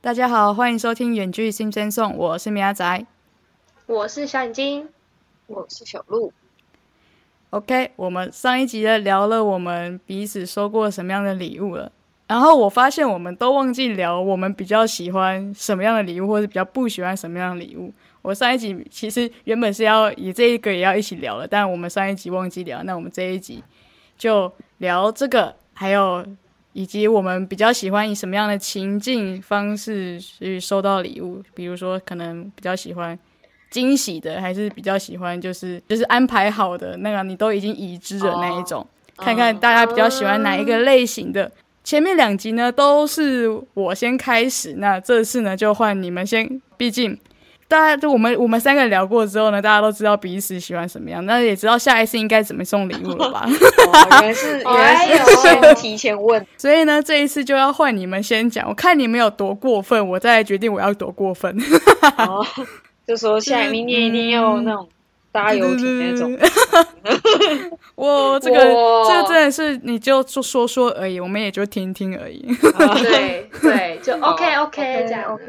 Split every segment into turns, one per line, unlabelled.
大家好，欢迎收听《远距新生颂》，我是米阿仔。
我是小眼睛，
我是小鹿，
OK，我们上一集的聊了我们彼此收过什么样的礼物了，然后我发现我们都忘记聊我们比较喜欢什么样的礼物，或是比较不喜欢什么样的礼物。我上一集其实原本是要以这一个也要一起聊了，但我们上一集忘记聊，那我们这一集就聊这个，还有以及我们比较喜欢以什么样的情境方式去收到礼物，比如说可能比较喜欢惊喜的，还是比较喜欢就是就是安排好的那个你都已经已知的那一种。看看大家比较喜欢哪一个类型的。前面两集呢都是我先开始，那这次呢就换你们先，毕竟大家就我们我们三个聊过之后呢，大家都知道彼此喜欢什么样，那也知道下一次应该怎么送礼物 了吧。
哦原来 是原来是
哎呦
先提前问，
所以呢，这一次就要换你们先讲，我看你们有多过分，我再来决定我要多过分。
哦， 就说下
就是
明年一定要那种搭游艇那 种，
哇，这个
哇
这个真的是你就说说说而已，我们也就听听而已。
对对，就 OK OK 这样
OK，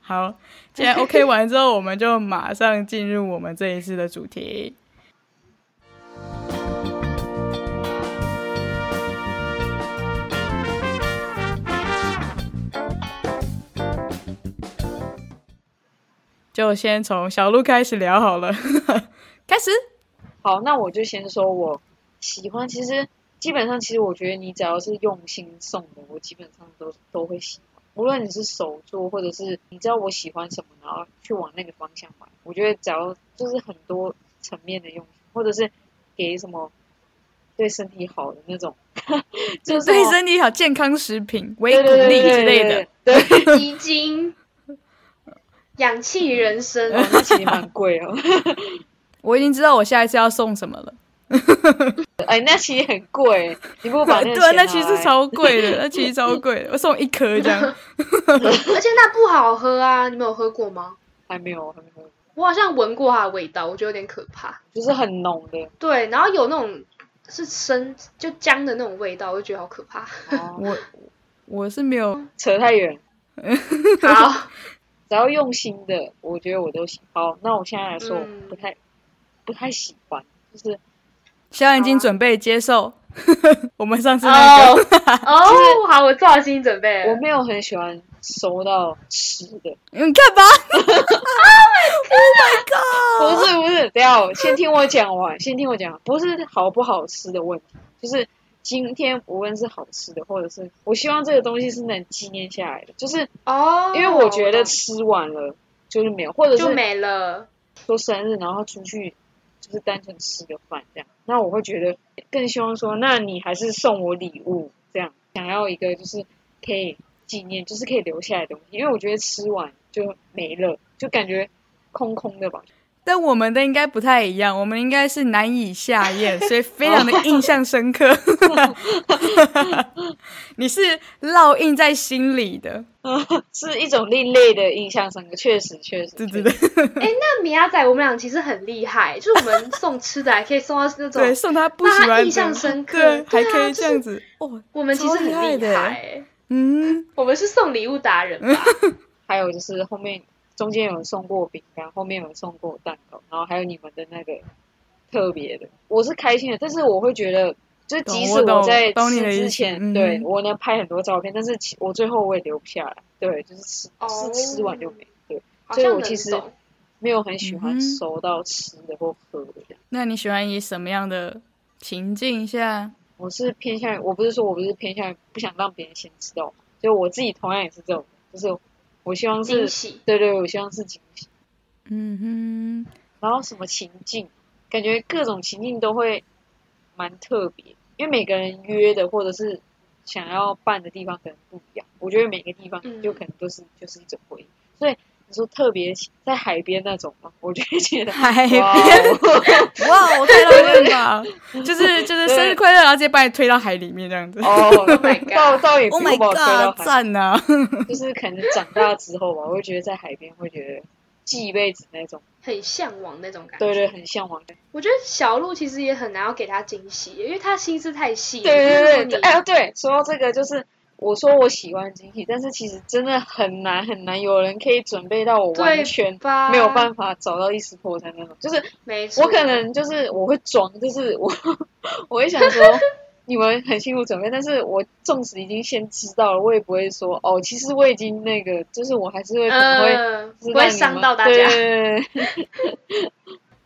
好，既然 OK 完之后，我们就马上进入我们这一次的主题。就先从小鹿开始聊好了，开始。
哦好，那我就先说我喜欢，其实基本上其实我觉得你只要是用心送的，我基本上都都会喜欢，无论你是手做或者是你知道我喜欢什么，然后去往那个方向买，我觉得只要就是很多层面的用心，或者是给什么对身体好的那种， 就是哦
对
什么
身体好，健康食品、维
对
骨
对对
力
对
之类
对
的。
对，
基金，氧气人 生，
哦，那其实蛮贵哦。
我已经知道我下一次要送什么了。
哎，那其实很贵，你不如把那个
对啊，
钱拿
那
来
其实超贵的，那其实超贵的，我送一颗这样。
而且那不好喝啊！你们有喝过吗？
还没有，还没有，
我好像闻过它的味道，我觉得有点可怕。
就是很浓的。
对，然后有那种是生就姜的那种味道，我就觉得好可怕。
哦，
我我是没有
扯太远，
好，
只要用心的，我觉得我都喜好。那我现在来说，
嗯
我不太不太喜欢，就是
小眼睛准备接受 我们上次 那 个
啊哦哦，好，我做好心理准备
我
了。
没有很喜欢收到吃的。
你嗯看吧，
不是不是，等一下哦先听我讲完，先听我讲，不是好不好吃的问题，就是今天无论是好吃的，或者是我希望这个东西是能纪念下来的，就是
哦，
因为我觉得
懂
吃完了就是没有，或者
就是没了。
说生日，然后出去就是单纯吃个饭这样，那我会觉得更希望说，那你还是送我礼物这样，想要一个就是可以纪念，就是可以留下来的东西，因为我觉得吃完就没了，就感觉空空的吧。
但我们的应该不太一样，我们应该是难以下咽，所以非常的
哦
印象深刻。 你是烙印在心里的，
是一种另类的印象深刻，确实确实，
对对
确
对
实，
那米亚仔，我们俩其实很厉害，就是我们送吃的还可以送到 那种
对，送他不喜
让
欢
他
的，
印象深刻
对，
对
还
啊
可以
就是
这样子哦，
我们其实很厉
超厉害的
欸
嗯，
我们是送礼物达人吧？
还有就是后面中间有人送过饼干，后面有人送过蛋糕，然后还有你们的那个特别的，我是开心的，但是我会觉得，就是
懂
即
我
使
懂
我在
懂你
吃
的意思
之前，
嗯
对我能拍很多照片，但是其我最后我也留不下来，对，就是吃、
哦
是吃完就没，对，嗯
好
所以
像
我
能
其实
懂。
没有很喜
嗯哼
欢收到吃的或喝的。
那你喜欢以什么样的情境下？
我是偏向于，我不是说我不是偏向于不想让别人先知道，就我自己同样也是这种，就是我希望
惊
是，
喜
对对，我希望是惊喜。
嗯
然后什么情境，感觉各种情境都会蛮特别，因为每个人约的或者是想要办的地方可能不一样。我觉得每个地方
嗯
就可能都是、就是一种回忆，所以你说特别在海边那种嘛，我就会觉得
哼， 海
哇
边。
哦，
哇，我太浪漫 了吧！就是就是生日快乐，然后直接把你推到海里面这样子。
哦
my god
倒倒也不
Oh
用
my
把我推到
god，
海，
赞啊呐、
就是可能长大之后吧，我会觉得在海边会觉得记一辈子那种，
很向往那种感觉。
对对，很向往。
我觉得小鹿其实也很难要给他惊喜，因为他心思太细了。
对对对
就
对，
是如果
哎
你
对，说到这个，就是我说我喜欢惊喜，但是其实真的很难很难，有人可以准备到我完全
吧？
没有办法找到一丝破绽那种。就是
没错，
哎我可能就是我会装，就是我 我会想 说你们很辛苦准备，但是我纵使已经先知道了，我也不会说哦，其实我已经那个，就是我还是会可能会
嗯，
知
不
道
会
你
伤
们
到大
对
家。
对对对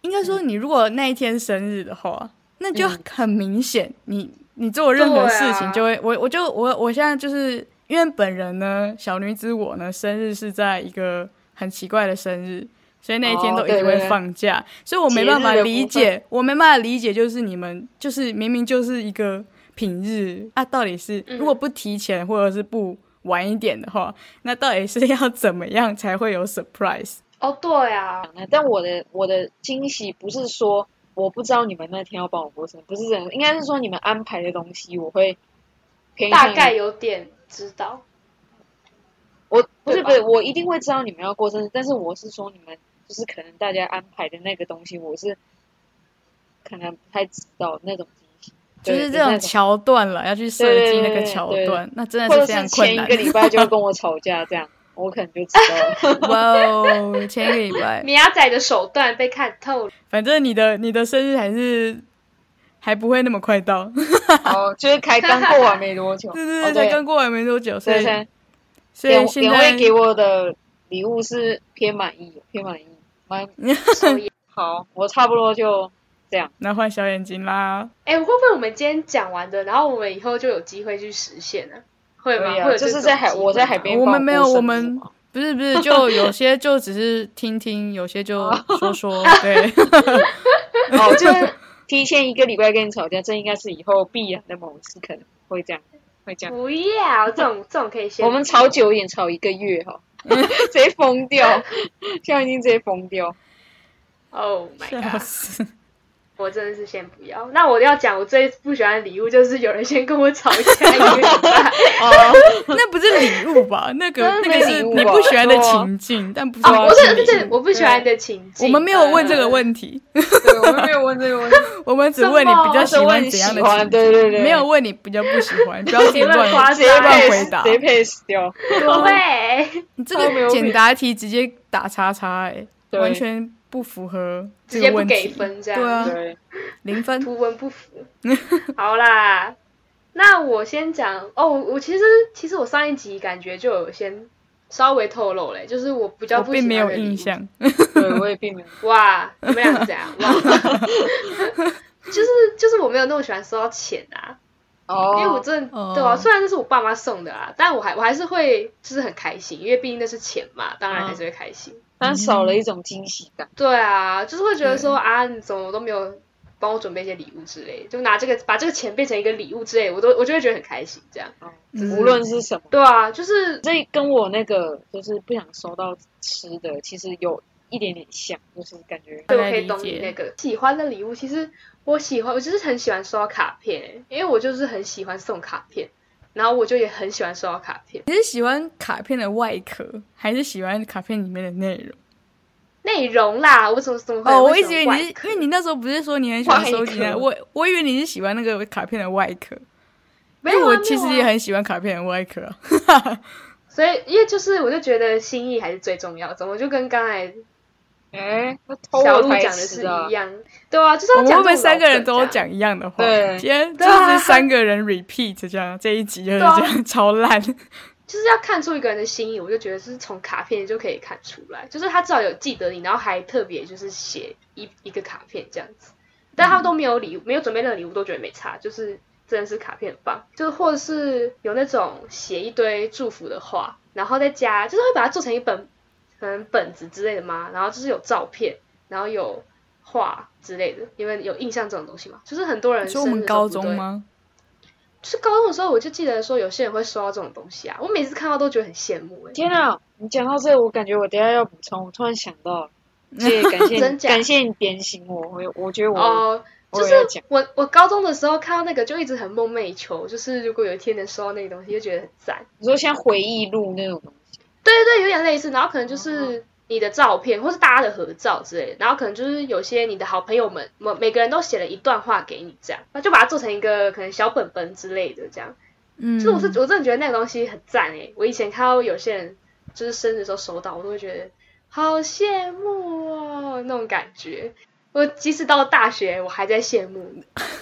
应该说，你如果那一天生日的话，那就
嗯
很明显，你你做任何事
对
情
啊
就会，我我就我我现在就是因为本人呢，小女子我呢，生日是在一个很奇怪的生日。所以那一天
哦
都一直
对
会
对对
放假，所以我没办法
节日的部分
理解，我没办法理解，就是你们就是明明就是一个平日啊，到底是
嗯
如果不提前或者是不晚一点的话，那到底是要怎么样才会有 surprise？
哦，对啊，
那但我的我的惊喜不是说我不知道你们那天要帮我过生日，不是这样，应该是说你们安排的东西我会偏向
大
于
概有点知道。
我不是
对吧
不是我一定会知道你们要过生日，但是我是说你们就是可能大家安排的那个东西，我是可能不太知道那种惊喜，
就是
对
这种
那
桥段了，要去设计那个桥
对对
段，那真的
或
是
者
非常
是
困
前一
难
个。礼拜就会跟我吵架这样，我可能就知道了。
哇哦，前一个礼 拜，
米亚仔的手段被看透了，
反正你的你的生日还是还不会那么快到，
哦，就是才刚过完没多久，
对对
哦
对，才刚过完没多久，所
对
以
才
所
两
以现
两
在
位给我的礼物是偏满意，偏满意，蛮
手也。
好，我差不多就这样。
那换小眼 睛啦，
哎、会不会我们今天讲完的，然后我们以后就有机会去实现呢、会吗？
对啊
会有
就是
这种
在海
机会
我在海
吗
边
我
帮
们没有
过生
我们
日嘛
不是不是， 就有些就只是听听，有些就说 说，对，
Oh 哦， 就是提前一个礼拜跟你吵架，这应该是以后必然的某次，可能会这样，会这样。
不要这种这种可以先。
我们吵久一点，吵一个月 哈，直接疯掉，现在已经直接疯掉。
Oh my
笑
god！
死。
哦
我真的是先不要。那我要讲我最不喜欢的礼物，就是有人先跟我吵架一个礼拜
哦，
那不是礼 物吧？那个
真的
那
没啊
个
礼
是
物
你
吧
不喜欢的
对啊
情境，但不是
哦，我
是
是对对，我不喜欢的情境。
我们没有问这个
题。
问题，
对，我们没有问这个 问题，
我们只问你比较喜
是问
欢
你
怎
喜
样的
欢，
情
对对对，
没有问你比较不喜欢，不要自己
别乱
乱
夸
直接
张
乱
pass，
回答
直。接 pass 掉，
不会，
你这
超没
个
有
简
品
答题直接打叉叉，哎，
对
完全不符合这
直接
个
不
问
给
题。
分这样。
对啊，
对，
零分。
图文不符。 好啦，那我先讲哦，我其实其实我上一集感觉就有先稍微透露嘞，就是我比较
我
不
并
喜
没
欢
有
的礼物
印。象，
对我也并没有。
哇，你们俩是这样，哇 就是就是我没有那么喜欢收到钱啊，因为我
哦，
真的、
哦
对啊，虽然那是我爸妈送的啊，但我还我还是会就是很开心，因为毕竟那是钱嘛，当然还
嗯
是会开心。
但少了一种惊喜感。
对啊，就是会觉得说啊，你怎么都没有帮我准备一些礼物之类，就拿这个把这个钱变成一个礼物之类，我都我就会觉得很开心这样。
哦
嗯
无论是什么，
对啊，就是
这跟我那个就是不想收到吃的，其实有一点点像，就是感觉
大
对我
概
可以
理
懂
解
你那个喜欢的礼物。其实我喜欢，我就是很喜欢收到卡片、欸因为我就是很喜欢送卡片，然后我就也很喜欢收到卡片
你是喜欢卡片的外壳，还是喜欢卡片里面的内容？
内容啦。我怎么怎么会
哦，我
会
一
喜
直
欢
以为
外
你是，
壳
因为你那时候不是说你很喜欢收集
外
那，
壳
我我以为你是喜欢那个卡片的外壳，
没
因
有
为
啊
我其实
没有
也
啊
很喜欢卡片的外壳啊。
所以因为就是我就觉得心意还是最重要的，我就跟刚才
哎，那偷
小
我
哦
鹿
台
讲的
词
是
啊
一样，对啊，就是
我
要
们
讲
会不会
这种
三个人
老梗
都
啊这样
讲一样的话？
对
今天就
对啊
是三个人 repeat 这样，这一集就是这
对
样，超烂。
就是要看出一个人的心意，我就觉得是从卡片就可以看出来，就是他至少有记得你，然后还特别就是写一一个卡片这样子，但他们都没有礼物，没有准备任何礼物，都觉得没差，就是真的是卡片很棒，就是或者是有那种写一堆祝福的话，然后再加，就是会把它做成一本可能本子之类的嘛，然后就是有照片，然后有画之类的，你们有印象这种东西吗？就是很多人
说我
生
们
日都
高
不对
中吗？
就是高中的时候，我就记得说有些人会收到这种东西啊，我每次看到都觉得很羡慕哎、
天啊，你讲到这个，我感觉我等一下要补充。我突然想到 了，谢谢感谢
真
你
假
感谢你点醒我，我我觉得我、
哦、
我
就
也要讲
是我我高中的时候看到那个就一直很梦寐以求，就是如果有一天能收到那个东西，就觉得很赞。
你说像回忆录那种东西，
对对对，有点类似，然后可能
哦
就是你的照片或是大家的合照之类的，然后可能就是有些你的好朋友们，每每个人都写了一段话给你，这样，那就把它做成一个可能小本本之类的这样。
嗯，
就是我是我真的觉得那个东西很赞诶、我以前看到有些人就是生日的时候收到，我都会觉得好羡慕哦那种感觉。我即使到大学，我还在羡慕呢。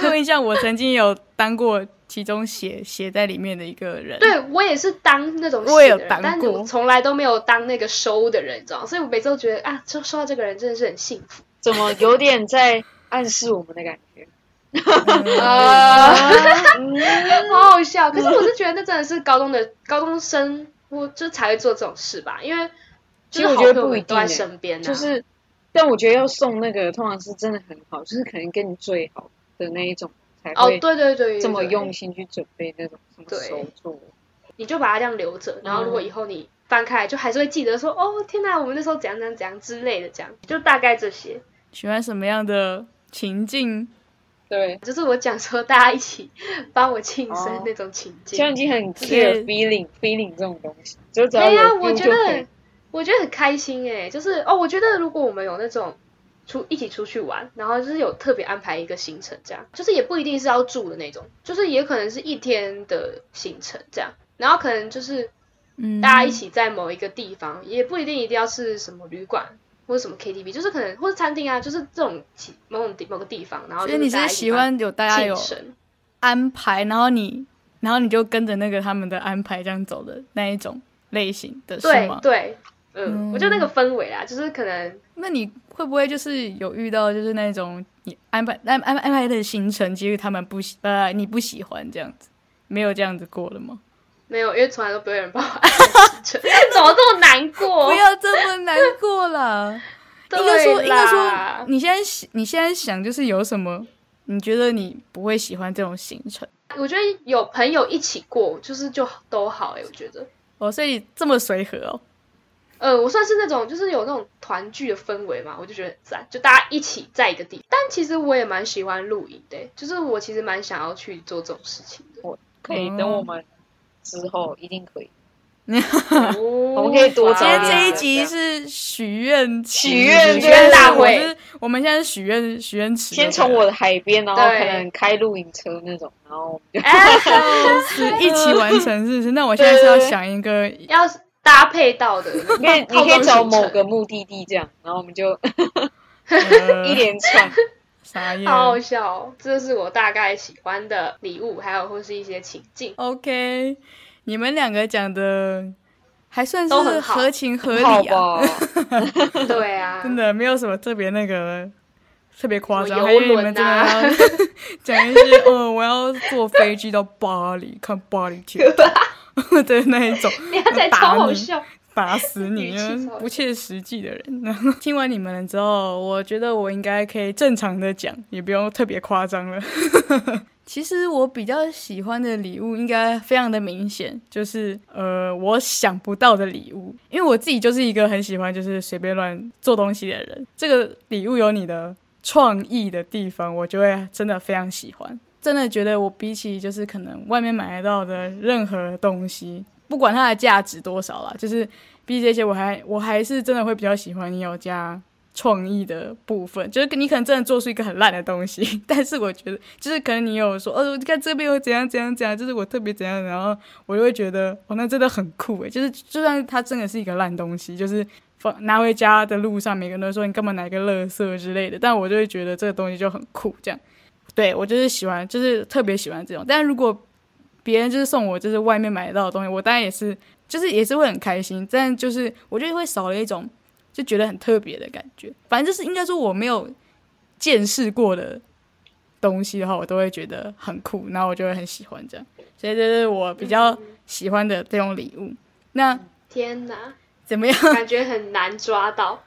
我有印象，我曾经有当过其中写写在里面的一个人。
对我也是当那种
我也
写
有
的人
当
但是
过
我从来都没有当那个收的人，你知道吗？所以我每次都觉得啊，收收到这个人真的是很幸福。
怎么有点在暗示我们的感觉？
啊
嗯
好好笑。可是我是觉得那真的是高中的高中生，我就才会做这种事吧，因为
其实
就是
我
好
觉
朋
得
友
不一
们
定欸
都在身边、啊，
就是，但我觉得要送那个通常是真的很好，就是可能跟你最好的那一种才
哦，
会
对对对对，
这么
对
用，心去准备那种什么
对
手作。
你就把它这样留着，然后
嗯
如果以后你翻开来，就还是会记得说，哦天哪，我们那时候怎样怎样怎样之类的，这样就大概这些。
喜欢什么样的情境？
对，
就是我讲说大家一起 帮我庆
哦
生那种情
现在
境
已。经很 care
是
feeling feeling 这种东西，就只要
对呀、
有
我
feel
觉
就可
得
以。
我觉得很开心哎、就是哦，我觉得如果我们有那种出一起出去玩，然后就是有特别安排一个行程，这样就是也不一定是要住的那种，就是也可能是一天的行程这样，然后可能就是
嗯，
大家一起在某一个地方，也不一定一定要是什么旅馆。或者什么 KTV，就是可能或者餐厅啊，就是这种其某种地某个地方，然后
所
就
以你
大家
是
一起
喜欢有大
办
家有
庆生，
安排，然后你然后你就跟着那个他们的安排这样走的那一种类型的是
对
吗？
对，
嗯
嗯，我觉得那个氛围啊，就是可能
那你会不会就是有遇到就是那种你安排安安安排的行程，其实他们不喜呃你不喜欢这样子，没有这样子过的吗？
没有，因为从来都不会有人帮我安排行程， 怎么这么难过？
哦
不要这么难过 啦。应该说，
对
应该
啦，
说，你现在想你现在想就是有什么？你觉得你不会喜欢这种行程
我觉得有朋友一起过，就是就都好哎、我觉得，
哦，所以这么随和哦。
呃，我算是那种就是有那种团聚的氛围嘛，我就觉得很赞，就大家一起在一个地方。但其实我也蛮喜欢露营的欸、就是我其实蛮想要去做这种事情的。
可以等我们之后一定可
嗯
以。
我
们可以多找
今
点
天这一
人
集是许愿池
许愿
许
对
愿大
对
会，就是我们现在是许愿许愿池。
先从我的海边，然后可
对
能开露营车那种，然后我们就
哎，
是一起完成，是不是？那我现在是要想一个
要搭配到的，
你可以
套
你可以
装
找
行程
某个目的地这样，然后我们就
呃
一连串。
傻眼。
好好笑哦！这是我大概喜欢的礼物，还有或是一些情 境。
OK，你们两个讲的还算
都很
是
好
合情合
好
理啊，
吧，
对啊，
真的没有什么特别那个特别夸张，
什么
还
游
有你们真的
轮啊
要 讲一些，哦，我要坐飞机到巴黎看巴黎铁塔 的那一 种，
你看起来超好笑。
打死
语
你
气超
不切实际的人。 听完你们了之后，我觉得我应该可以正常的讲，也不用特别夸张了。其实我比较喜欢的礼物应该非常的明显，就是呃我想不到的礼物，因为我自己就是一个很喜欢就是随便乱做东西的人。这个礼物有你的创意的地方，我就会真的非常喜欢。真的觉得我比起就是可能外面买得到的任何东西，不管它的价值多少啦，就是比起这些，我还我还是真的会比较喜欢你有加创意的部分，就是你可能真的做出一个很烂的东西， 但是我觉得就是可能你有说，哦，你看这边有怎样怎样怎样，就是我特别怎样，然后我就会觉得，哦，那真的很酷诶，就是就算它真的是一个烂东西，就是放拿回家的路上，每个人都说你干嘛拿一个垃圾之类的，但我就会觉得这个东西就很酷，这样。对我就是喜欢，就是特别喜欢这种。但如果别人就是送我就是外面买得到的东西，我当然也是就是也是会很开心，但就是我觉得会少了一种就觉得很特别的感觉。反正就是应该说我没有见识过的东西的话，我都会觉得很酷，然后我就会很喜欢这样。所以这是我比较喜欢的这种礼物。那
天哪，
怎么样？
感觉很难抓到。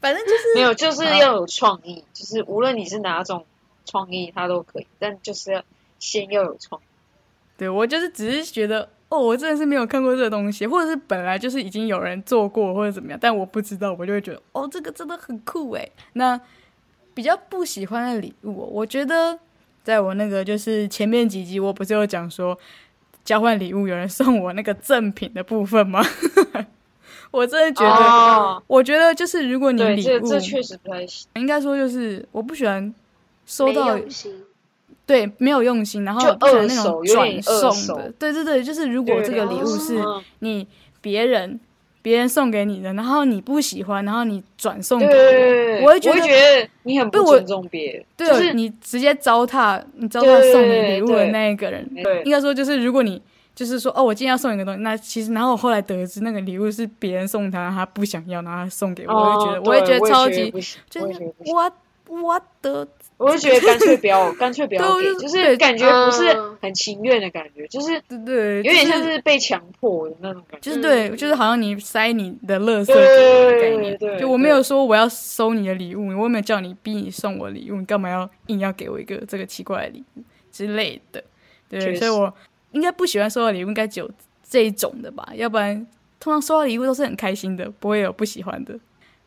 反正就是
没有，就是要有创意，就是无论你是哪种创意，它都可以，但就是要先要有创意。
对我就是只是觉得，哦，我真的是没有看过这个东西，或者是本来就是已经有人做过或者怎么样，但我不知道，我就会觉得，哦，这个真的很酷诶。那比较不喜欢的礼物哦、我觉得在我那个就是前面几集我不是有讲说交换礼物，有人送我那个赠品的部分吗？ 我真的觉得
哦，
我觉得就是如果你
对，
礼
这
物，
这确实不太行。
应该说就是我不喜欢收
没
到
用心，
对，没有用心，然后
就
不喜欢
二手
那种
有点
转
二
送的
手，
对对对，就是如果
对
这个礼物是
哦
你别人别人送给你的，然后你不喜欢，然后你转送给
对
我，我会觉
我
得
会觉得你很不
对我
尊重别人，
对、
就是
你直接糟蹋你糟蹋
对
送你礼物的那一个人，
对
应该说就是如果你。就是说，哦，我今天要送你个东西，那其实，然后我后来得知那个礼物是别人送他，他不想要，然后他送给我，我就觉得，
哦
我会觉
对
得
我
超
也觉得
级，
不行，
就
我也觉
是
得不行，
我我的
我就觉得干脆不要，干脆不
对
要
我
给
就，
就是
对
感觉不是
嗯
很情愿的感觉，就是
对对，
有点像
就是
被强迫的那种感觉。
就是
嗯
对，就是好像你塞你的垃圾给
对
我的概
对
念。
对，
就我没有说我要收你的礼物，我也没有叫你逼你送我礼物，你干嘛要硬要给我一个这个奇怪的礼物之类的？
确
对，
实
所以我应该不喜欢收到礼物，应该只有这一种的吧，要不然通常收到礼物都是很开心的，不会有不喜欢的。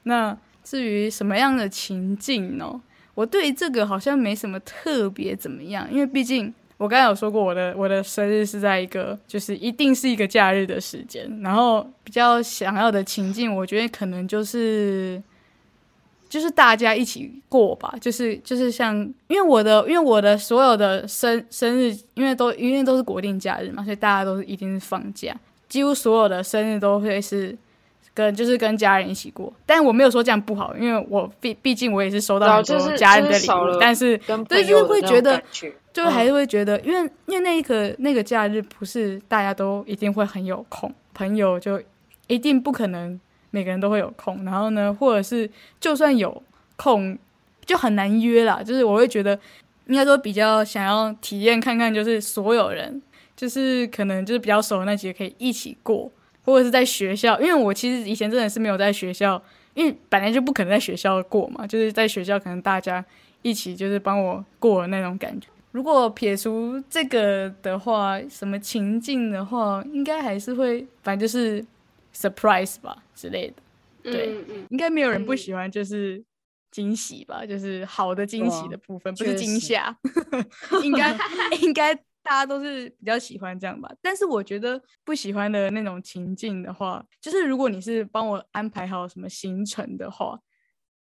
那至于什么样的情境呢？我对这个好像没什么特别怎么样，因为毕竟我刚才有说过，我的我的生日是在一个就是一定是一个假日的时间，然后比较想要的情境，我觉得可能就是就是大家一起过吧，就是就是像因为我的因为我的所有的生生日，因为都因为都是国定假日嘛，所以大家都是一定是放假，几乎所有的生日都会是。跟就是跟家人一起过，但我没有说这样不好，因为我毕毕竟我也是收到
对啊
很
就
多
是
家人的
就是
礼
少
物，
了
但是
跟朋
对就是
友的
会
那
觉
种
得
感觉
就还
嗯
是会觉得，因为因为那一个那个假日不是大家都一定会很有空，朋友就一定不可能每个人都会有空，然后呢，或者是就算有空就很难约啦，就是我会觉得应该说比较想要体验看看，就是所有人就是可能就是比较熟的那几个可以一起过，或者是在学校，因为我其实以前真的是没有在学校，因为本来就不可能在学校过嘛，就是在学校可能大家一起就是帮我过的那种感觉。如果撇除这个的话，什么情境的话，应该还是会，反正就是 surprise 吧之类的。对
嗯嗯
应该没有人不
嗯
喜欢就是惊喜吧，就是好的惊喜
哇
的部分，不
啊确
是惊
实
吓， 应该应该大家都是比较喜欢这样吧。但是我觉得不喜欢的那种情境的话，就是如果你是帮我安排好什么行程的话，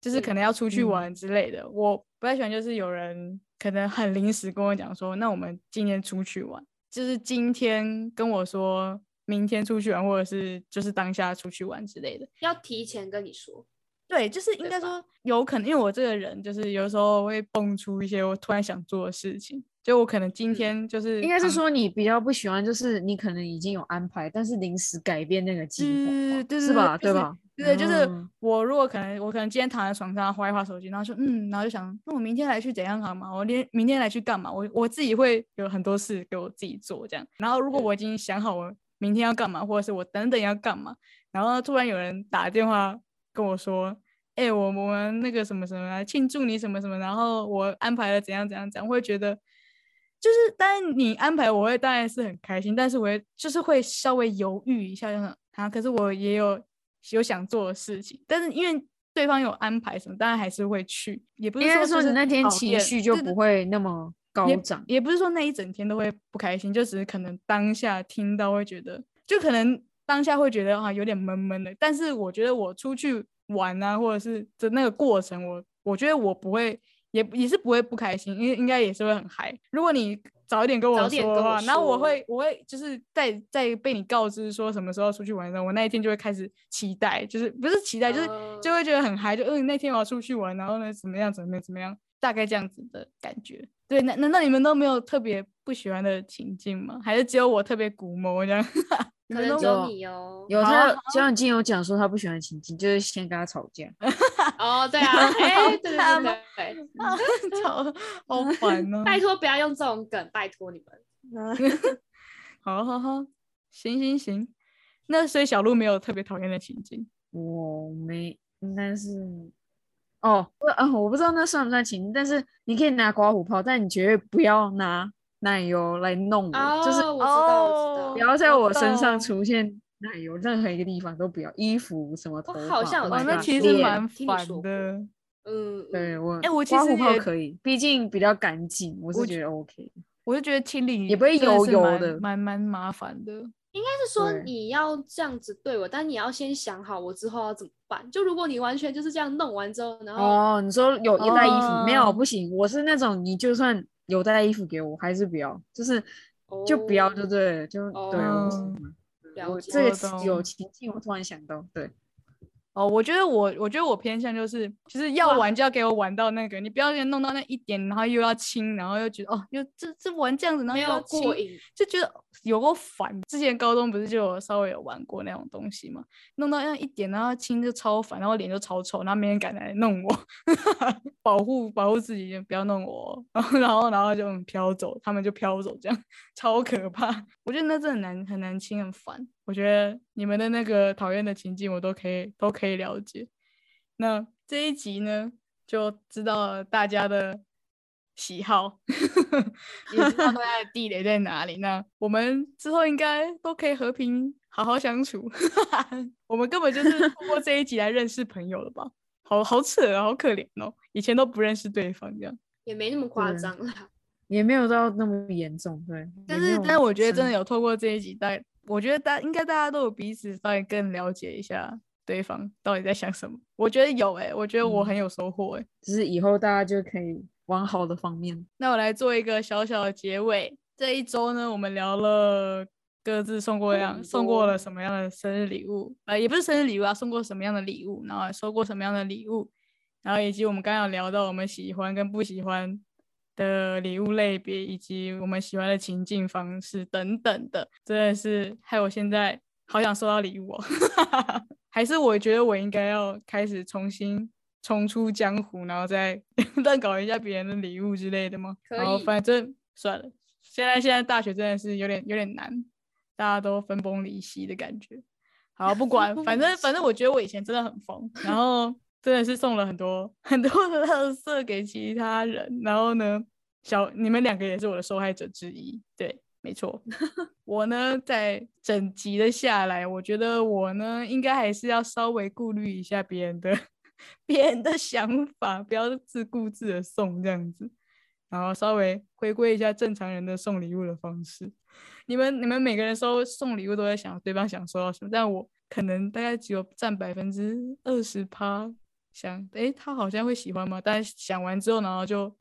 就是可
嗯
能要出去
嗯
玩之类的，我不太喜欢就是有人可能很临时跟我讲说，那我们今天出去玩。就是今天跟我说明天出去玩，或者是就是当下出去玩之类的，
要提前跟你说。
对，就是应
对
该
吧
说有可能，因为我这个人就是有时候会蹦出一些我突然想做的事情，就我可能今
嗯
天就是
应该是
嗯
说你比较不喜欢，就是你可能已经有安排，但是临时改变那个计划
嗯
吧，
对对
是吧？对
对就是
吧？
对，就是
嗯
我如果可能，我可能今天躺在床上划一划手机，然后说嗯，然后就想，那我明天来去怎样好吗？我连明天来去干嘛？我我自己会有很多事给我自己做这样。然后如果
嗯
我已经想好我明天要干嘛，或者是我等等要干嘛，然后突然有人打电话跟我说，哎、我我们那个什么什么来庆祝你什么什么，然后我安排了怎样怎样怎样，我会觉得。就是，当然你安排我会当然是很开心，但是我会就是会稍微犹豫一下，就想啊，可是我也有有想做的事情，但是因为对方有安排什么，当然还是会去，也不
应
是
该
说
是说
就
你
是
那天
讨
情
厌
绪就
对对
不会那么高
也
涨，
也不是说那一整天都会不开心，就只是可能当下听到会觉得，就可能当下会觉得啊有点闷闷的。但是我觉得我出去玩啊，或者是的那个过程，我我觉得我不会，也也是不会不开心，因为应该也是会很嗨。如果你早一点跟我
早点
说的
跟我
话，然后我
说
会我会就是在在被你告知说什么时候出去玩的时候，我那一天就会开始期待，就是不是期待，就是就
哦
会觉得很嗨，就嗯那天我要出去玩，然后呢怎么样怎么样怎么样，大概这样子的感觉。对，难难道你们都没有特别不喜欢的情境吗？还是只有我特别古某这样？ 你
可
们
能
都
只
没
有
有
你哦。
有
好啊
他
好
有，江永金有讲说他不喜欢情境，就是先跟他吵架。
哦，对啊，哎，对对
他
对
吗
对对，
啊，好好烦哦！
拜托不要用这种梗，拜托你们。
好好好，行行行。那所以小鹿没有特别讨厌的情境，
我没，应该是，哦，不，啊，我不知道那算不算情境，但是你可以拿刮胡泡，但你绝对不要拿奶油来弄我，
哦，
嗯就是
我知
哦
道，我
不
知
了
道。
要在
我
我身上
懂
出现奶油，任何一个地方都不要，衣服什么头
我
发
好像有
oh my
哦，
god，
那其
听
实
脸
蛮
听你
烦
说过
的。
嗯，
对
嗯，
我，
哎我其
刮
实
胡泡
也
可以，毕竟比较干净，我
我
是觉
觉
得 OK。
我就觉得清理
也不会
真的
油
是
油
蛮
的
蛮蛮麻烦的。
应该是说
对
你要这样子对我，但你要先想好我之后要怎么办。就如果你完全就是这样弄完之后，然后
哦，你说有一袋衣服没有
哦
不行，我是那种你就算有带衣服给我，还是不要，就是哦就不要就对了，就对我不喜
哦
欢
哦了
我
解哦
这
我
个
懂
有情境，我突然想到，对，
哦，我觉得我，我觉得我偏向就是，就是要玩就要给我玩到那个，你不要给我弄到那一点，然后又要亲，然后又觉得哦，又这这玩这样子，然后
没
又要
有过
亲
瘾，
就觉得有够烦。之前高中不是就有稍微有玩过那种东西嘛，弄到那一点，然后亲就超烦，然后脸就超臭，然后没人敢来弄我， 保护保护自己，不要弄我，然 后然后然后就很飘走，他们就飘走，这样 超可怕。我觉得那真的很难很难亲，很烦。我觉得你们的那个讨厌的情境，我都可以都可以了解。那这一集呢，就知道了大家的喜好， 也知道大家 的地雷在哪里。那我们之后应该都可以和平好好相处。 我们根本就是通过这一集来认识朋友了吧？好好扯啊，好可怜哦，以前都不认识对方这样。
也没那么夸
对
张啦。
也没有到那么严重，对。
但
也没
是，
有
但我觉得真
生
的有透过这一集，大我觉得大应该大家都有彼此稍微更了解一下对方到底在想什么。我觉得有诶、我觉得
嗯
我很有收获诶、欸
就是以后大家就可以往好的方面。
那我来做一个小小的结尾。这一周呢，我们聊了各自送过样
很
送过了
多
什么样的生日礼物，呃，也不是生日礼物啊，送过什么样的礼物，然后还收过什么样的礼物，然后以及我们刚刚有聊到我们喜欢跟不喜欢的礼物类别，以及我们喜欢的情境方式等等的，真的是害我现在好想收到礼物哦。 还是我觉得我应该要开始重新重出江湖，然后再 乱搞一下别人的礼物之类的吗？
可
然后
以
反正算了，现在现在大学真的是有点有点难，大家都分崩离析的感觉。好，不管，反正反正我觉得我以前真的很疯，然后真的是送了很多很多的垃圾给其他人，然后呢，小你们两个也是我的受害者之一，对，没错。我呢，在整集的下来，我觉得我呢，应该还是要稍微顾虑一下别人的 别人的想法，不要自顾自的送这样子，然后稍微回归一下正常人的送礼物的方式。你们你们每个人收送礼物都在想对方想收到什么，但我可能大概只有占百分之二十趴，想诶，他好像会喜欢吗？但是想完之后，然后就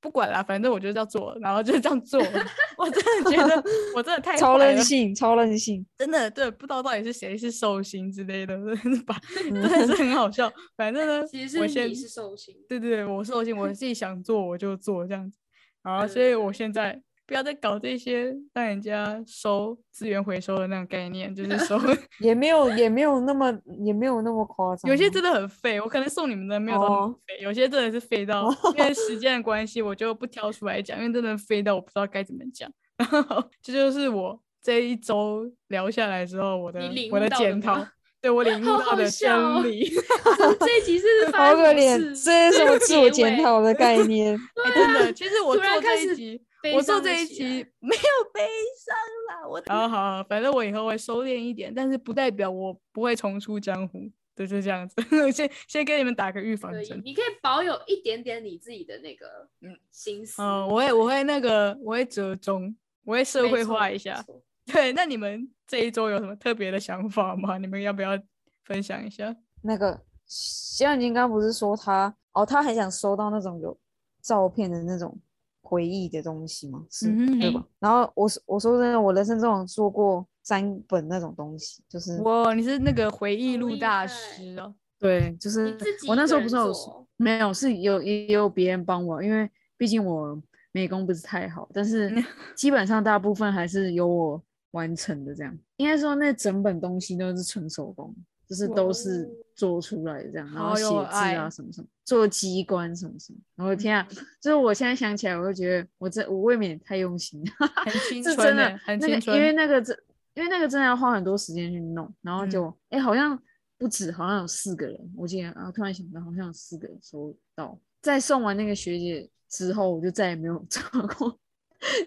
不管啦，反正我就是要做了，然后就这样做了。 我真的觉得我真的太
超
坏
任
了
性，超任性，
真的对，不知道到底是谁是寿星之类的， 真的吧？真
嗯
的是很好 笑。反正呢，
其
我
实是
先
你是寿星，
对对，我寿星，我自己想做我就做这样子。好，所以
嗯
我现在不要再搞这些让人家收资源回收的那种概念，就是收
也没有也没有那么也没有那么夸张啊。
有些真的很废，我可能送你们的没有到那么
哦
废，有些真的是废到因为时间的关系，我就不挑出来讲，因为真的废到我不知道该怎么讲。 然后这就是我这一周聊下来之后，我的
领
我
悟
的
到的
检
吗
讨，对我领悟到
好好
的
笑哦
真理。
这一集是不是发
好
生
可
什么
怜，
事
这是什 么自我
结
检
尾
讨的 概念？
哎真的，其实我
突然
做
开
这一
始
集，
悲
我做
伤了
这一
起来
集没有悲伤啦，我好好好，反正我以后会收敛一点，但是不代表我不会重出江湖，对，就这样子。 先先给你们打个预防
可以
针，，
你可以保有一点点你自己的那个
嗯
心思。
嗯、我会我会那个我会折中，我会社
没
会
错
化
没
一下。
错
对，那你们这一周有什么特别的想法吗？你们要不要分享一下？
那个小眼睛刚刚不是说他哦，他很想收到那种有照片的那种回忆的东西吗？是、
嗯
对
哼
吧？然后我说我说真的，我人生中有做过三本那种东西，就是
哇，你是那个回忆
好
录
厉
大
害
师哦，
对，就是
你自 己
我
一
那
个
时候不
人
是有
做
说没有是有也也有别人帮我，因为毕竟我美工不是太好，但是
嗯
基本上大部分还是由我完成的。这样应该说那整本东西都是纯手工，就是都是
哇哦
做出来的这样，然
好
后写
有
字
爱
啊什么什么，做机关什么什么。我的
嗯
天啊！就是我现在想起来，我就觉得我这我未免太用心了。
很 青
是
春
真
欸
的，
很
那
青
个
春。
因为那个真，因为那个真的要花很多时间去弄，然后
嗯
就哎、诶好像不止，好像有四个人，我记得啊，突然想到好像有四个人收到。在送完那个学姐之后，我就再也没有 做过，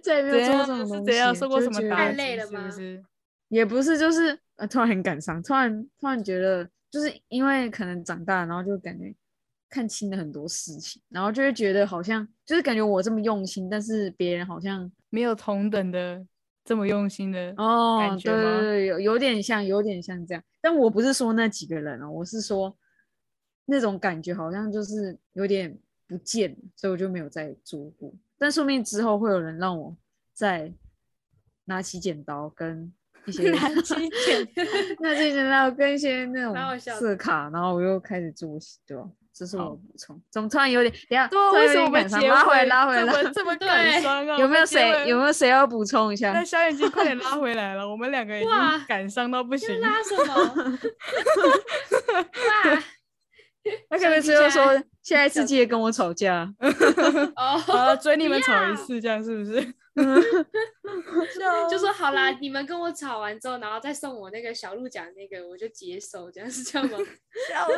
再也没有
怎
做过
样
这种东
啊是
西。
怎样受过
就
什
是觉
么
得
打
太
击？
累了
是不
吗
是？
也不是，就是呃，突然很感伤，突然突然觉得，就是因为可能长大，然后就感觉看清了很多事情，然后就会觉得好像就是感觉我这么用心，但是别人好像
没有同等的这么用心的
哦，
感觉
对
吗
对对，有有点像，有点像这样。但我不是说那几个人哦，我是说那种感觉好像就是有点不见了，所以我就没有再做过。但说不定之后会有人让我再拿起剪刀跟一 些
拿起剪刀
拿起剪刀跟一些那
蛮好
种
笑的
色卡，然后我又开始做戏，对吧？这是我
好
的补充。怎么突然有点？等一下，
对啊，
突然
为
有
什么我
点
们
感伤
结
拉回来，
尾
拉回
这
来，
么这么感伤啊？
有没有
我们
谁
结尾
有没有谁要补充一下？
那小眼睛快点拉回来了，我们两个已
哇
经感伤到不行
要。拉什么？
那可能只有说下一次记得跟我吵架。
哇 哦，
好了，追你们吵一次，这样是不是？
就说好
哦
啦，你们跟我吵完之后，然后再送我那个小鹿奖那个，我就接受，这样是这样吗？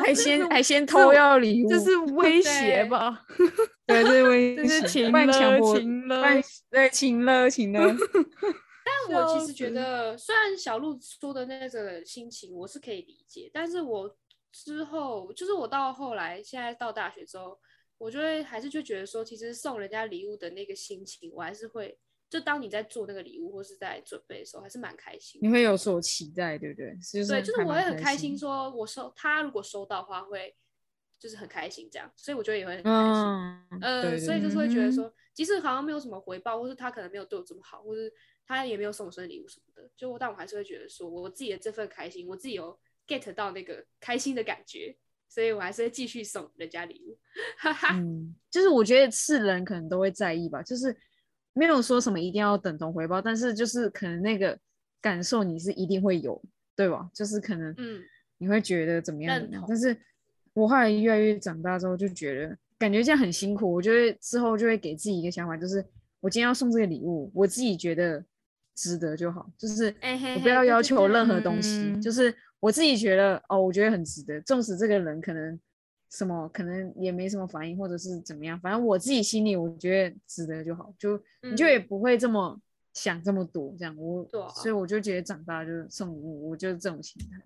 还先还先
这
偷
我
要礼物，
这是威胁
对
吧？
对，这是威
这是
胁
情
不然强
了，
迫，
情了
呃
不。然哎对情了情 了，
但我其实
笑
觉
死
得，虽然小鹿说的那个心情我是可以理解，但是我之后就是我到后来，现在到大学之后，我就会还是就觉得说，其实送人家礼物的那个心情，我还是会，就当你在做那个礼物或是在准备的时候，还是蛮开心的
你会有所期待，对不对？就是
对，就是
还
我
蛮
会很
开
开心，。说我收他如果收到的话会，就是很开心这样，所以我觉得也会很开
嗯，
心。
对
呃，
对
所以就是会觉得
嗯
说，即使好像没有什么回报，或是他可能没有对我这么好，或是他也没有送我生日礼物什么的，就我但我还是会觉得说，我自己的这份开心，我自己有 get 到那个开心的感觉，所以我还是会继续送人家礼物。哈哈，
嗯，就是我觉得是人可能都会在意吧，就是没有说什么一定要等同回报，但是就是可能那个感受你是一定会有，对吧？就是可能
嗯，
你会觉得怎么样
认
怎么样
同
但是我后来越来越长大之后，就觉得感觉这样很辛苦，我就会之后就会给自己一个想法，就是我今天要送这个礼物，我自己觉得值得就好，就是
哎嘿
我不
嘿
要
对
要
对
求
对
任何东西，
嗯
就是我自己觉得哦，我觉得很值得，纵使这个人可能什么可能也没什么反应，或者是怎么样，反正我自己心里我觉得值得就好，就你就
嗯
也不会这么想这么多这样，我、
对啊
所以我就觉得长大就是送礼物，我就是这种心态。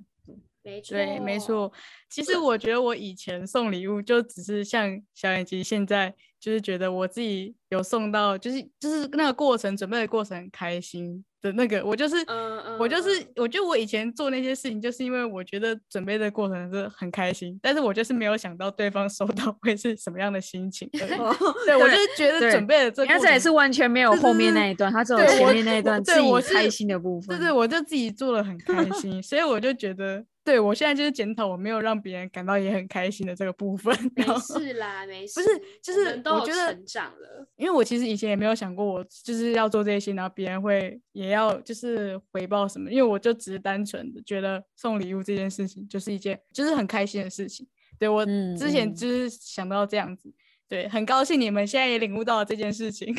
没错，
对，没，错。其实我觉得我以前送礼物就只是像小眼睛现在，就是觉得我自己有送到，就是就是那个过程准备的过程很开心的那个，我就是。
嗯嗯，
我就是
嗯，
我觉得我以前做那些事情，就是因为我觉得准备的过程是很开心，但是我就是没有想到对方收到会是什么样的心情而已。对，我就是觉得
对
准备的这个，
而且也是完全没有
对对
后面
对
那一段，他只有
对我
前面那一段
我
自
对我
己
是
开心的部分。
对对，我就自己做的很开心，所以我就觉得，对我现在就是检讨我没有让别人感到也很开心的这个部分。哦
没
然后，
事啦，没事，
是就
我
是
们都
我
有
觉得
成长了，
因为我其实以前也没有想过我就是要做这些，然后别人会也要就是回报什么，因为我就只是单纯的觉得送礼物这件事情就是一件就是很开心的事情。对我
嗯
之前
嗯
就是想到这样子，对，很高兴你们现在也领悟到了这件事情。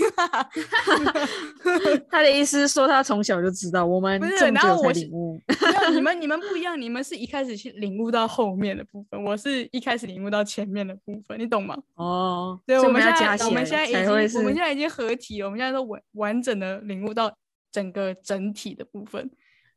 他的意思是说，他从小就知道我们
不是
这么
然后
久才
我是
领悟，
没有，你们你们不一样，你们是一开始去领悟到后面的部分，我是一开始领悟到前面的部分，你懂吗？
哦，
对，
所以
我
我
们
要
现
加
在
起
我
来
们现在已
才
经
会
我们
是
现在已经合体了，我们现在都完完整的领悟到整个整体的部分。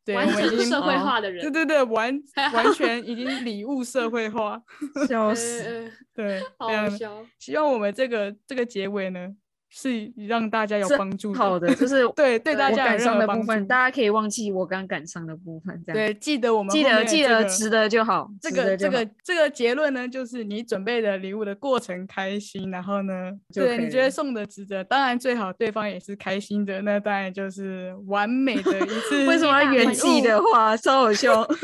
对，我
完
们已
全
经
社会
哦
化的人，
对对对，完 完全已经礼物社会化。
笑
呃，
死。
呃
对，
好
非
好
常
笑。
希望我们这个这个结尾呢是让大家有
是
帮助
好的，就是
对对大
我
家有
感
任
伤
何
的
帮
部分，
助
大家可以忘记我刚感伤的部分，这样
对，记得我们
记
后
得
面
记
这
得
个
值得就好，
这
值
个
得
这
就好
个这个结论呢，就是你准备的礼物的过程开心，然后呢，
就
对
可以
你觉得
了
送的值得，当然最好对方也是开心的，那当然就是完美的一次。
为什么要
礼
元气？的话，超好 笑，
哦真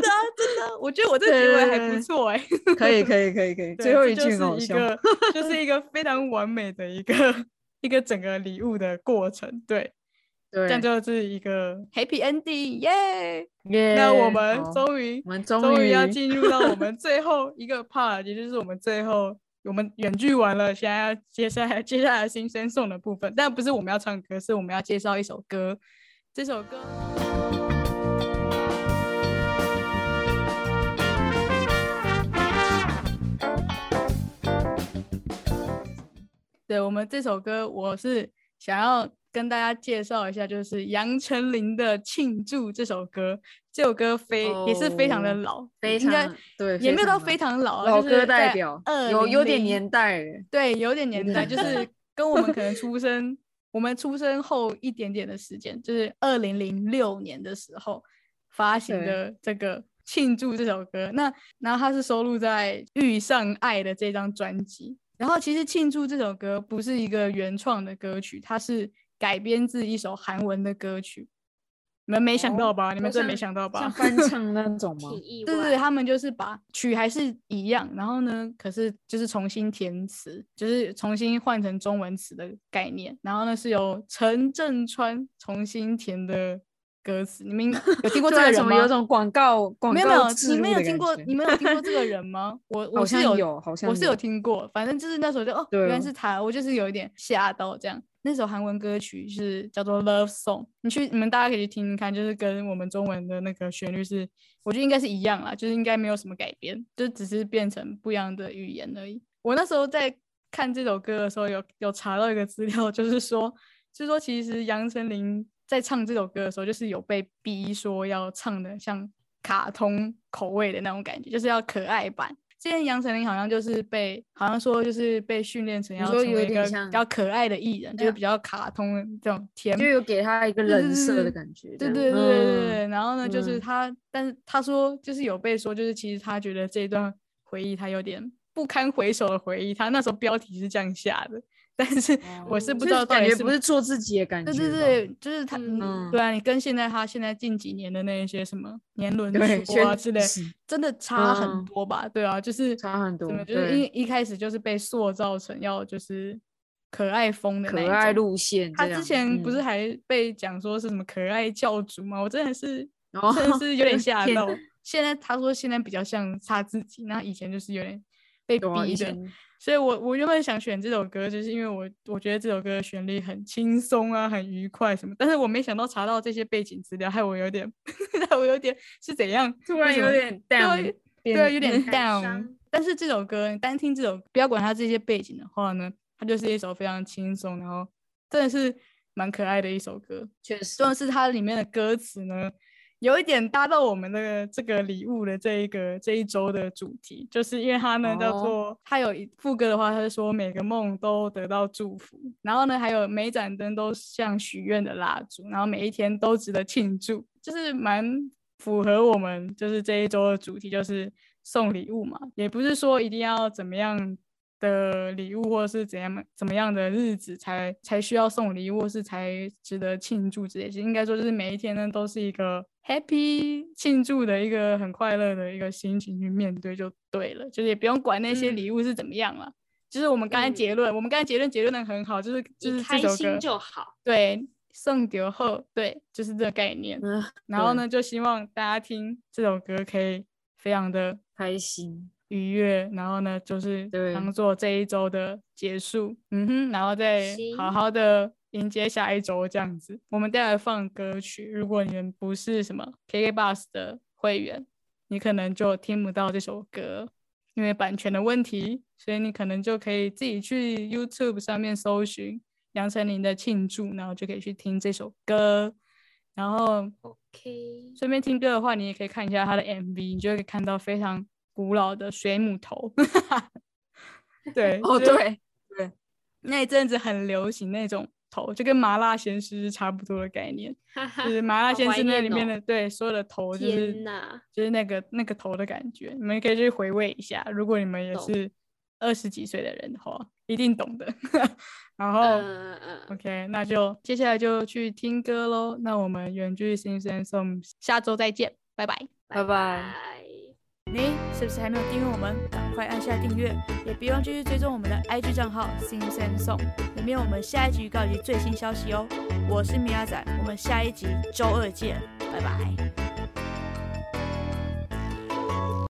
的啊、真的啊、我觉得我这个结尾还不
对
错哎、
可以可以可以可以，
对
最后
这
一
就
句
是
很好
一
笑，
个 就是一个非常完美的一个一个整个礼物的过程，对，
对
这样，就是一个 happy ending，耶、
耶
那我们
好
终于
我们终
终于要进入到我们最后一个 part，也就是我们最后我们远距完了，现在要接下来接下来新生颂的部分，但不是我们要唱歌，是我们要介绍一首歌。这首歌对我们这首歌，我是想要跟大家介绍一下，就是杨丞琳的《庆祝》这首歌。这首歌非、也是非常的
哦
老，
非
应该
常对，
也没有到
常
非常
哦
老啊，
老歌代表，有有点年
代，
代了，
对，有点
有
年
点
代，
年
就是
代
跟我们可能出生，我们出生后一点点的时间，就是二零零六年的时候发行
对
的这个《庆祝》这首歌。那然后它是收录在《遇上爱》的这张专辑。然后其实《庆祝》这首歌不是一个原创的歌曲，它是改编自一首韩文的歌曲。你们没想到吧？啊你们真的没想到吧
哦像？翻唱那种吗？
挺意外。
对对，他们就是把曲还是一样，然后呢，可是就是重新填词，就是重新换成中文词的概念。然后呢，是由陈振川重新填的歌词。你们有听过
对
这
啊
个人
怎么
吗？
有种广告广告
没有没有，
植
你
入
们
的
有听
感
过
觉
你们有听过这个人吗？我
好
我是
像
有
有好像
我是有
有
听过，反正就是那时候就哦，
对
原来
哦
是他，我就是有一点吓到这样。那首韩文歌曲是叫做《Love Song》，你去你们大家可以去听听看，就是跟我们中文的那个旋律是，我觉得应该是一样啦，就是应该没有什么改变，就只是变成不一样的语言而已。我那时候在看这首歌的时候有，有查到一个资料，就是说，就是说其实杨丞琳在唱这首歌的时候，就是有被逼说要唱的像卡通口味的那种感觉，就是要可爱版。之前杨丞琳好像就是被，好像说就是被训练成
你
要
说
成
有
为一
点
个
像啊
比较可爱的艺人，就是
呀
比较卡通的这种甜
就有给他一个
对对
人
对
设
对
的感觉。
对
这
对对
样
对对
嗯
对，然后呢，就是
嗯
他，但是他说就是有被说，就是其实他觉得这一段回忆他有点不堪回首的回忆，他那时候标题是这样下的，但是我是
就
不知道到
感
底
觉
是
不是做自己的感觉
嗯对
吧。
对对，就是他，
嗯
嗯，对啊，你跟现在他现在近几年的那一些什么年轮
对
说啊
确
之类
实，
真的差很
嗯
多吧？对啊，就是
差很
怎么
多
就是
对
一一开始就是被塑造成要就是可爱风的那一
可爱
种
路线这
他
样。
之前不是
嗯
还被讲说是什么可爱教主吗？我真的 是，
哦
真的是有点吓
天
到。现在他说现在比较像他自己，那以前就是有点被
对啊以
逼的。
前
所以我我原本想选这首歌，就是因为我我觉得这首歌的旋律很轻松啊，很愉快什么。但是我没想到查到这些背景资料，害我有点， 害我有点是怎样？
突
为
然
什
有
么
点
对
down，
对啊，有点 down
伤。
但是这首歌，你单听这首，不要管它这些背景的话呢，它就是一首非常轻松，然后真的是蛮可爱的一首歌。
确 实
重要是它里面的歌词呢，有一点搭到我们的这个礼物的这一个这一周的主题，就是因为它呢叫
哦
做它有一副歌的话，它是说每个梦都得到祝福，然后呢还有每盏灯都像许愿的蜡烛，然后每一天都值得庆祝，就是蛮符合我们就是这一周的主题，就是送礼物嘛，也不是说一定要怎么样。的礼物，或是怎样怎么样的日子才才需要送礼物，或是才值得庆祝之类。其实应该说，就是每一天呢，都是一个 happy 庆祝的一个很快乐的一个心情去面对就对了，就是也不用管那些礼物是怎么样了。就是我们刚才
嗯
结论，我们刚才结论结论的很好，就是就是
你
这
开
首
心
歌
就好。
对送丢后，对，就是这个概念。
嗯
然后
对
呢，就希望大家听这首歌可以非常的
开心。
愉悦，然后呢，就是
对
当做这一周的结束，嗯哼，然后再
行
好好的迎接下一周这样子。我们待会放歌曲，如果你们不是什么 KK Bus 的会员，你可能就听不到这首歌，因为版权的问题，所以你可能就可以自己去 YouTube 上面搜寻杨丞琳的庆祝，然后就可以去听这首歌。然后
OK，
顺便听歌的话，你也可以看一下他的 MV，你就会看到非常古老的水母头。 对，
哦，
就是
对，
那一阵子很流行那种头，就跟麻辣鲜师是差不多的概念，就是麻辣
好
鲜
怀
师那
念
里面
哦
的、对所有的头，就是
天哪，
就是那个那个头的感觉，你们可以去回味一下。如果你们也
懂
是二十几岁的人的话，一定懂的。 然后。
嗯嗯嗯，
OK，那就接下来就去听歌喽。那我们远距新生送，下周再见，拜拜。
拜拜。
拜。
你是不是还没有订阅我们？赶快按下订阅，也别忘继续追踪我们的 IG 账号 Sing Sing Song，里面有我们下一集预告以及最新消息哦。我是米亚仔，我们下一集周二见，拜拜。